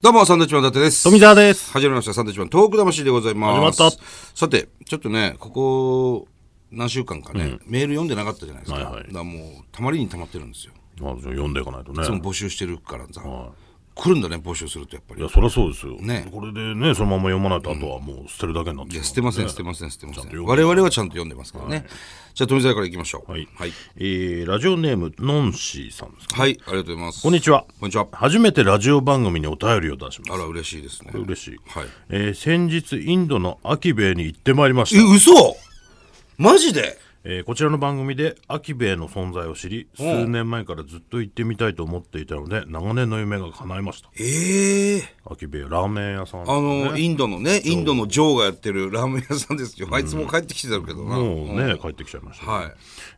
どうも、サンドウィッチマン伊達です。富澤です。始まりました、サンドウィッチマントーク魂でございます。始まったさて、ちょっとね、ここ何週間かね、メール読んでなかったじゃないですか。はいはいだからもう、たまりにたまってるんですよ。あ、じゃあ読んでいかないとねいつ。も募集してるからさ、は来るんだね、募集するとやっぱいり。や、そりゃそうですよ。ねこれでね、そのまま読まないと、あとはもう捨てるだけになっいてや、し捨てまうませんでねん、捨てません、捨てませちゃん。んと読んで我々はちゃんと読んでますからね。じゃあ、富澤から行きましょう。はいはい。えーラジオネーム、のんしーさんですか。はい、ありがとうございます。こんにちは。こんにちは。初めてラジオ番組にお便りを出しまあす。ら、嬉しいですね。嬉しい。はい。えー先日、インドのアキベイに行ってまいりましえ、た。嘘マジでえーこちらの番組でアキベイの存在を知り、数年前からずっと行ってみたいと思っていたので、長年の夢が叶いました。ええアキベイ、ラーメン屋さんですね、あの、インドのね、インドのジョーがやってるラーメン屋さんですよ。あいつも帰ってきてたけどな。もうね、帰ってきちゃいましたね、はい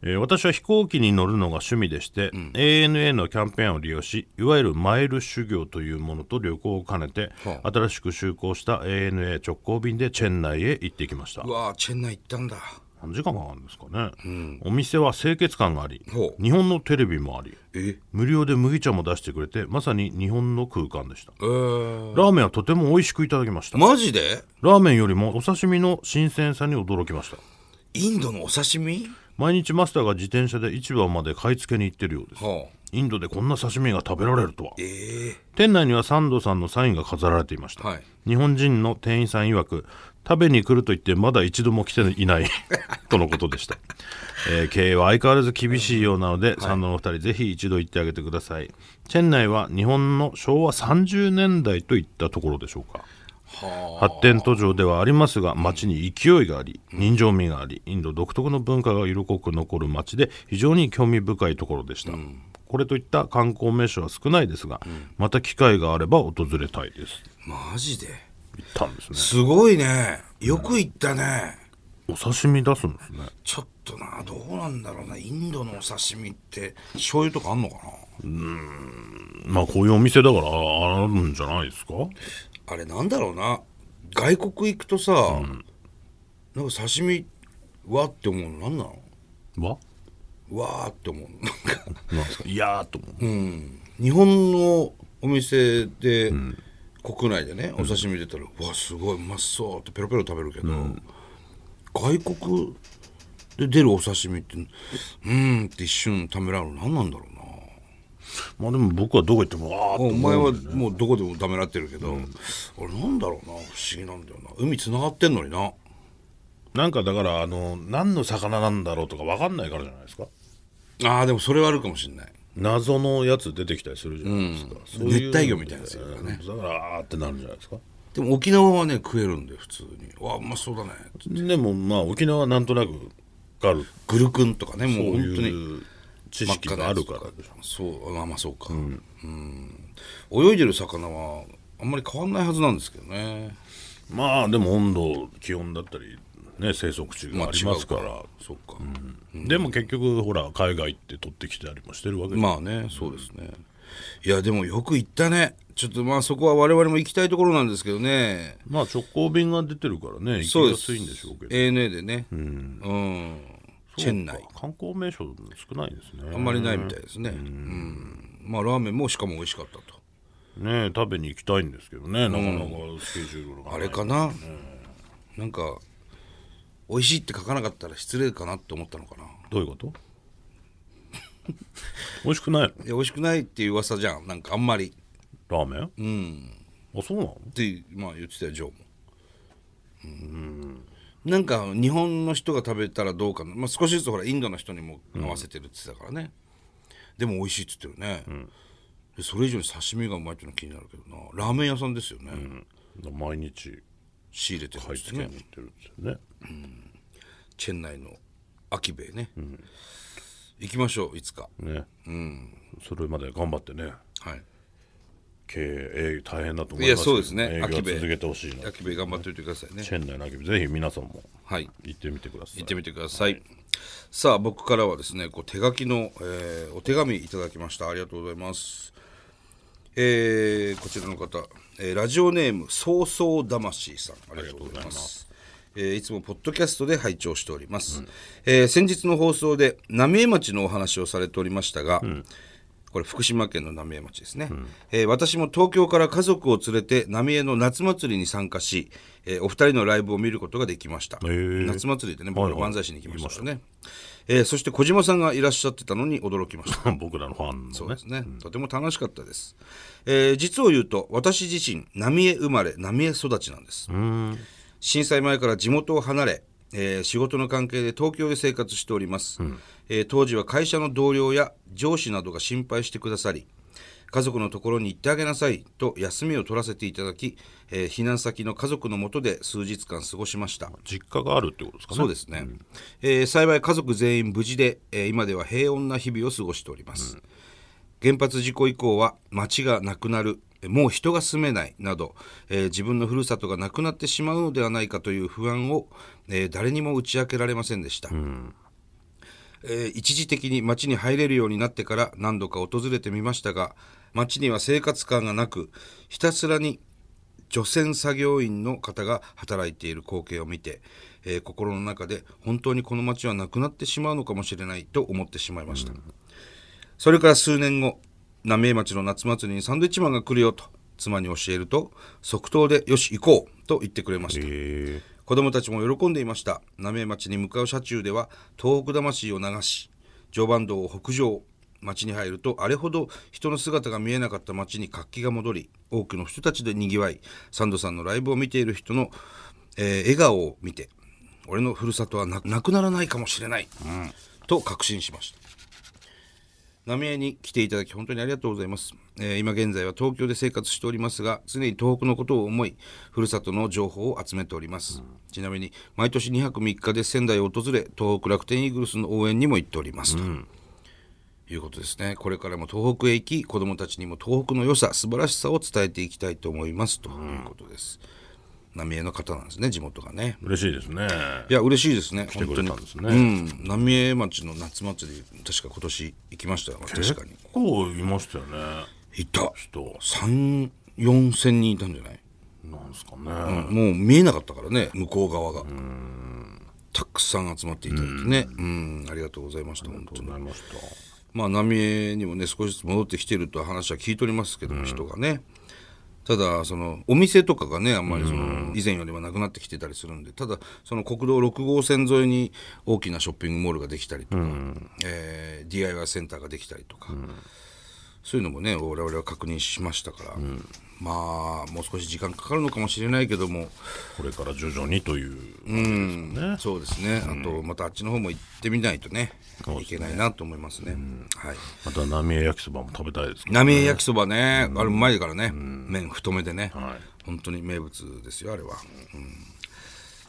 えー私は飛行機に乗るのが趣味でして、ANA のキャンペーンを利用しいわゆるマイル修行というものと旅行を兼ねて、は新しく就航した ANA 直行便でチェン内へ行ってきましたうわぁ、チェンナイ行ったんだ。何時間かかるんですかね、お店は清潔感がありほう日本のテレビもありえ無料で麦茶も出してくれてまさに日本の空間でしたえー、ラーメンはとても美味しくいただきましたマジでラーメンよりもお刺身の新鮮さに驚きましたインドのお刺身毎日マスターが自転車で市場まで買い付けに行ってるようですはあ。インドでこんな刺身が食べられるとはええ店内にはサンドさんのサインが飾られていました、はい日本人の店員さん曰く食べに来ると言ってまだ一度も来ていない とのことでした、えー経営は相変わらず厳しいようなので、サンドのお二人ぜひ一度行ってあげてください店内は日本の昭和30年代といったところでしょうか発展途上ではありますが街に勢いがあり人情味がありインド独特の文化が色濃く残る街で非常に興味深いところでした、これといった観光名所は少ないですが、また機会があれば訪れたいですマジで行ったんですねすごいね。よく行ったね。お刺身出すんですねちょっとな、どうなんだろうな。インドのお刺身って、醤油とかあんのかなまあこういうお店だからああるんじゃないですかあれなんだろうな外国行くとさ、なんか刺身わって思うのなんなのはわーって思うのなんか、なんですかいやーと思う、うん、日本のお店で、国内でねお刺身出たら、うわすごいうまそうってペロペロ食べるけど、外国で出るお刺身ってうーんって一瞬ためらうの何なんだろうなまあでも僕はどこ行ってもわーっとお思う前はもうどこでもためらってるけど、俺なんだろうな不思議なんだよな海つながってんのにななんかだからあの何の魚なんだろうとか分かんないからじゃないですかああでもそれはあるかもしれない謎のやつ出てきたりするじゃないですか、そういうの熱帯魚みたいなやつだよねだからあーってなるんじゃないですかでも沖縄はね食えるんで普通にわあうまそうだねでもまあ沖縄はなんとなくあるグルクンとかねそうもう本当にいう知識があるからでしょそうあまあそうか、うん泳いでる魚はあんまり変わんないはずなんですけどねまあでも温度気温だったりね生息地がありますから、違うそうか、でも結局ほら海外って取ってきたりもしてるわけで、まあねそうですねいやでもよく行ったねちょっとまあそこは我々も行きたいところなんですけどねまあ直行便が出てるからねそう行きでやすすいんでしょうけど ANA でねうん、チェン内そうか観光名所少ないですねあんまりないみたいですねうんまあラーメンもしかも美味しかったとねえ食べに行きたいんですけどねなかなかスケジュールがないあれかな、なんか美味しいって書かなかったら失礼かなって思ったのかなどういうこと 美味しくないのいや美味しくないっていう噂じゃんなんかあんまりラーメンうんあそうなのって、まあ、言ってたよジョーも、うん、なんか日本の人が食べたらどうかな、まあ、少しずつほらインドの人にも合わせてるって言ってたからね、でも美味しいって言ってるね、でそれ以上に刺身がうまいっていうの気になるけどなラーメン屋さんですよね、毎日仕入れてるん買ですい付けねに行ってるんですよねチェン内の秋兵衛ね、行きましょういつかね、それまで頑張ってねはい経営大変だと思いますけいやそうどですね営業は秋続兵衛けてほしいな秋兵衛頑張っておいてくださいねチェン内の秋ぜひ皆さんもはい行ってみてくださ行いってみてください、さあ僕からはですねこう手書きの、えーお手紙いただきましたありがとうございますえーこちらの方、えーラジオネームそうそう魂さんありがとうございますえーいつもポッドキャストで拝聴しております、えー先日の放送で浪江町のお話をされておりましたが、これ福島県の浪江町ですね、えー私も東京から家族を連れて浪江の夏祭りに参加し、えーお二人のライブを見ることができました、ー夏祭りでね僕らはいはい漫才しに行きましたからね、えーそして小島さんがいらっしゃってたのに驚きました 僕らのファン そのうねですね、とても楽しかったです、えー実を言うと私自身浪江生まれ浪江育ちなんです震災前から地元を離れ、えー仕事の関係で東京で生活しております、えー当時は会社の同僚や上司などが心配してくださり家族のところに行ってあげなさいと休みを取らせていただき、えー避難先の家族のもとで数日間過ごしました実家があるってことですかねそうですね、えー幸い家族全員無事で、えー今では平穏な日々を過ごしております、原発事故以降は町がなくなるえーもう人が住めないなど、えー自分のふるさとがなくなってしまうのではないかという不安を、えー誰にも打ち明けられませんでした、えー一時的に町に入れるようになってから何度か訪れてみましたが町には生活感がなくひたすらに除染作業員の方が働いている光景を見て、えー心の中で本当にこの町はなくなってしまうのかもしれないと思ってしまいました、それから数年後浪江町の夏祭りにサンドイッチマンが来るよと妻に教えると即答で「よし行こう」と言ってくれましたへ子供たちも喜んでいました浪江町に向かう車中では東北魂を流し常磐道を北上町に入るとあれほど人の姿が見えなかった町に活気が戻り多くの人たちでにぎわいサンドさんのライブを見ている人の、えー笑顔を見て俺のふるさとはななくならないかもしれない、と確信しました浪江に来ていただき本当にありがとうございます、えー今現在は東京で生活しておりますが常に東北のことを思いふるさとの情報を集めております、ちなみに毎年2泊3日で仙台を訪れ東北楽天イーグルスの応援にも行っておりますと、いうことですねこれからも東北へ行き子どもたちにも東北の良さ素晴らしさを伝えていきたいと思いますということです、浪江の方なんですね地元がねえ嬉しいですねいや嬉しいですね来て本当くれにたんですうねん、浪江町の夏祭り確か今年行きましたよ確かに結構いましたよねいた人3 4千人いたんじゃない、なんですかね、もう見えなかったからね向こう側がたくさん集まっていただいてねうんありがとうございました本当にございましまあ浪江にもね少しずつ戻ってきてると話は聞いておりますけども、人がねただそのお店とかがねあんまりその以前よりはなくなってきてたりするんでただその国道6号線沿いに大きなショッピングモールができたりとか、えー DIY センターができたりとか、そういうのもね我々は確認しましたから、まあもう少し時間かかるのかもしれないけどもたこれから徐々にという感じですかね、そうですね、あとまたあっちの方も行ってみないとねそういですけないなと思いますね。はいまた浪江焼きそばも食べたいですけど浪江焼きそばね、あれうまいからね、麺太めでね、はい本当に名物ですよあれは、うん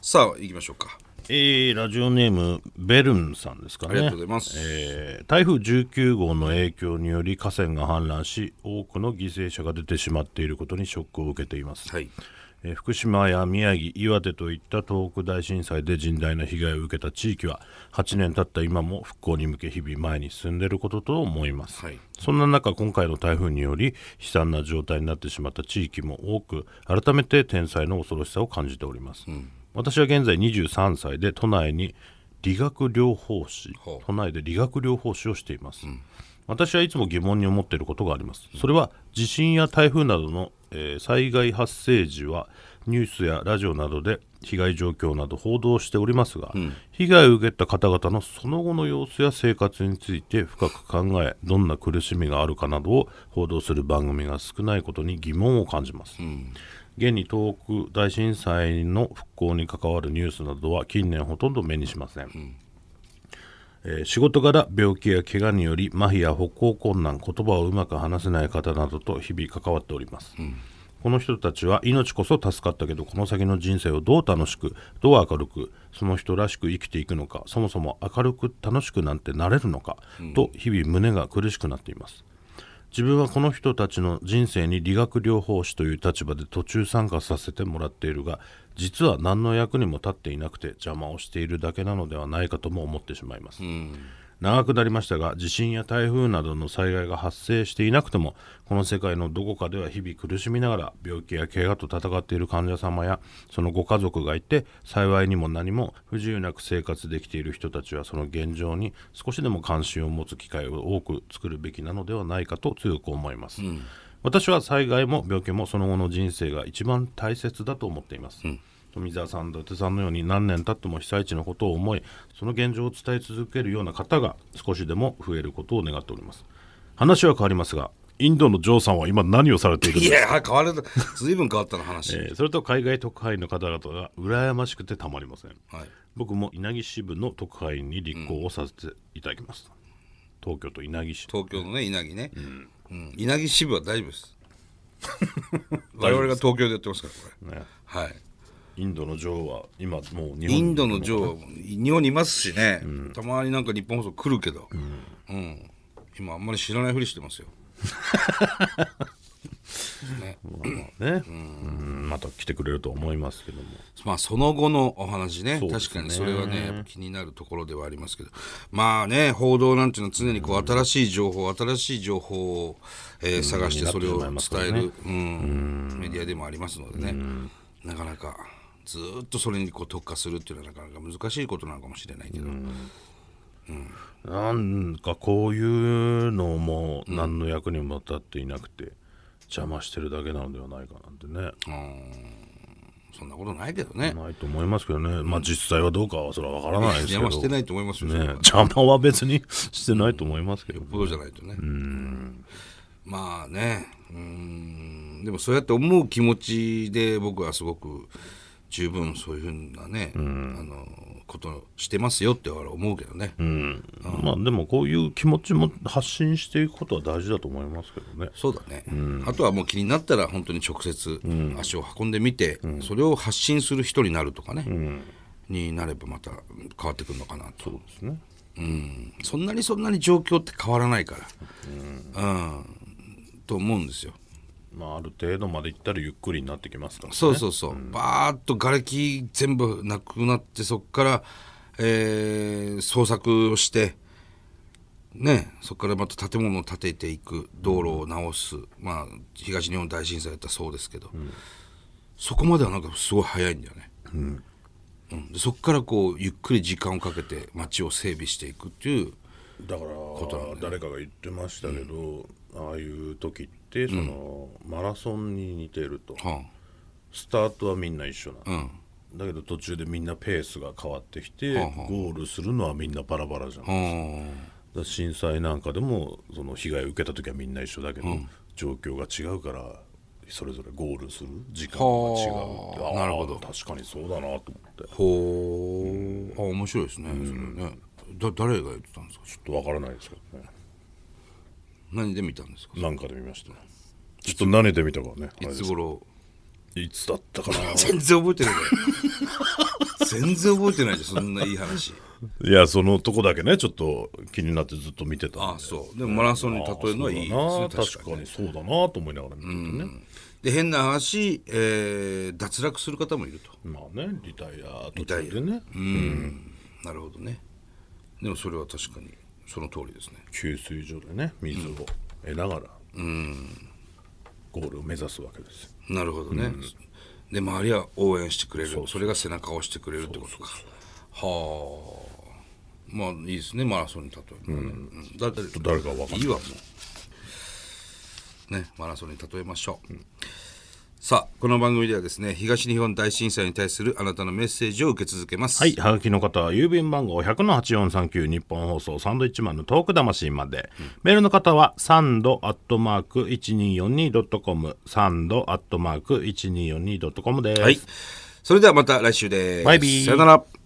さあ行きましょうかえーラジオネームベルンさんですかねありがとうございますえー台風19号の影響により河川が氾濫し多くの犠牲者が出てしまっていることにショックを受けています、はいえー福島や宮城岩手といった東北大震災で甚大な被害を受けた地域は8年経った今も復興に向け日々前に進んでいることと思います、はいそんな中今回の台風により悲惨な状態になってしまった地域も多く改めて天災の恐ろしさを感じております、私は現在23歳で都内に理学療法士ほう都内で理学療法士をしています、私はいつも疑問に思っていることがありますそれは地震や台風などの、えー災害発生時はニュースやラジオなどで被害状況など報道しておりますが、被害を受けた方々のその後の様子や生活について深く考えどんな苦しみがあるかなどを報道する番組が少ないことに疑問を感じます、現に東北大震災の復興に関わるニュースなどは近年ほとんど目にしません、えー仕事柄病気や怪我により麻痺や歩行困難言葉をうまく話せない方などと日々関わっております、この人たちは命こそ助かったけどこの先の人生をどう楽しくどう明るくその人らしく生きていくのかそもそも明るく楽しくなんてなれるのか、と日々胸が苦しくなっています自分はこの人たちの人生に理学療法士という立場で途中参加させてもらっているが実は何の役にも立っていなくて邪魔をしているだけなのではないかとも思ってしまいます、長くなりましたが地震や台風などの災害が発生していなくてもこの世界のどこかでは日々苦しみながら病気や怪我と戦っている患者様やそのご家族がいて幸いにも何も不自由なく生活できている人たちはその現状に少しでも関心を持つ機会を多く作るべきなのではないかと強く思います、私は災害も病気もその後の人生が一番大切だと思っています、富澤さん、伊達さんのように何年経っても被災地のことを思い、その現状を伝え続けるような方が少しでも増えることを願っております。話は変わりますが、インドのジョーさんは今何をされているんいですか、や変わるずいぶん変わったの話、えーそれと海外特派員の方々が羨ましくてたまりません。はい、僕も稲城支部の特派員に立候補させていただきます。東京と稲城市。東京のね稲城ね、うん稲城支部は大丈夫です 我々が東京でやってますからこれ、ねはいインドのジョーは今もう日本にインドの女王日本にいますしね、たまになんか日本放送来るけど、うん今あんまり知らないふりしてますよまあね、うんまた来てくれると思いますけども。まあその後のお話ねうで確すねかにそれはねやっぱ気になるところではありますけどまあね報道なんていうのは常にこう新しい情報新しい情報を、えー探してそれをな伝ってしまいますからえねる、うん、メディアでもありますのでねなかなかずーっとそれにこう特化するっていうのはなかなか難しいことなのかもしれないけど、なんかこういうのも何の役にも立っていなくて邪魔してるだけなのではないかなんてね、そんなことないけどねないと思いますけどねまあ実際はどうかはそれは分からないですけ邪ど魔してないと思いますよ、それねは邪魔は別にしてないと思いますけどプロじゃないとね。まあね、うん、でもそうやって思う気持ちで僕はすごく十分そういうふうなね、あのことをしてますよって俺は思うけどね。うんまあでもこういう気持ちも発信していくことは大事だと思いますけどねそうだね、あとはもう気になったら本当に直接足を運んでみて、それを発信する人になるとかね、になればまた変わってくるのかなとそうですねうんそんなにそんなに状況って変わらないから、うん、と思うんですよ。まあある程度までいったらゆっくりになってきますからねそうそうそう、バーッと瓦礫全部なくなってそこから、えー捜索をしてねそこからまた建物を建てていく道路を直す、まあ東日本大震災だったらそうですけど、そこまではなんかすごい早いんだよね、うんでそこからこうゆっくり時間をかけて街を整備していくっていうだから誰かが言ってましたけど、ああいう時ってその、マラソンに似てるとはスタートはみんな一緒なの、あうんだけど途中でみんなペースが変わってきて、はあはあゴールするのはみんなバラバラじゃん、だかうんら震災なんかでもその被害を受けた時はみんな一緒だけど、状況が違うからそれぞれゴールする時間が違うってはあああなるほど確かにそうだなと思ってちょほーあ面白いですね、それねだ誰が言ってたんですかっとわからないですけどね何で見たんですかなんかで見ましたねちょっと何で見たかねあれいでつす頃いつだったかな 全然覚えてないから全然覚えてないじゃんそんないい話いやそのとこだけねちょっと気になってずっと見てたんでああそうでもマラソンに例えるのはいいですあねあそうだな確かにそうだなと思いながら見ててね、で変な話、えー脱落する方もいるとまあねリタイア途中でねなるほどねでもそれは確かにその通りですね給水所でね水を得ながら、ゴールを目指すわけですよなるほどね、で周りは応援してくれるそれが背中を押してくれるってことかはあまあいいですねマラソンに例えるのはね、うんだって誰かは分かんないいわもうねマラソンに例えましょう、さあこの番組ではですね東日本大震災に対するあなたのメッセージを受け続けますはい、はがきの方は郵便番号100-8439日本放送サンドイッチマンのトーク魂まで、メールの方はサンドアットマーク 1242.com サンドアットマーク 1242.com です、はいそれではまた来週ですバイビーさよなら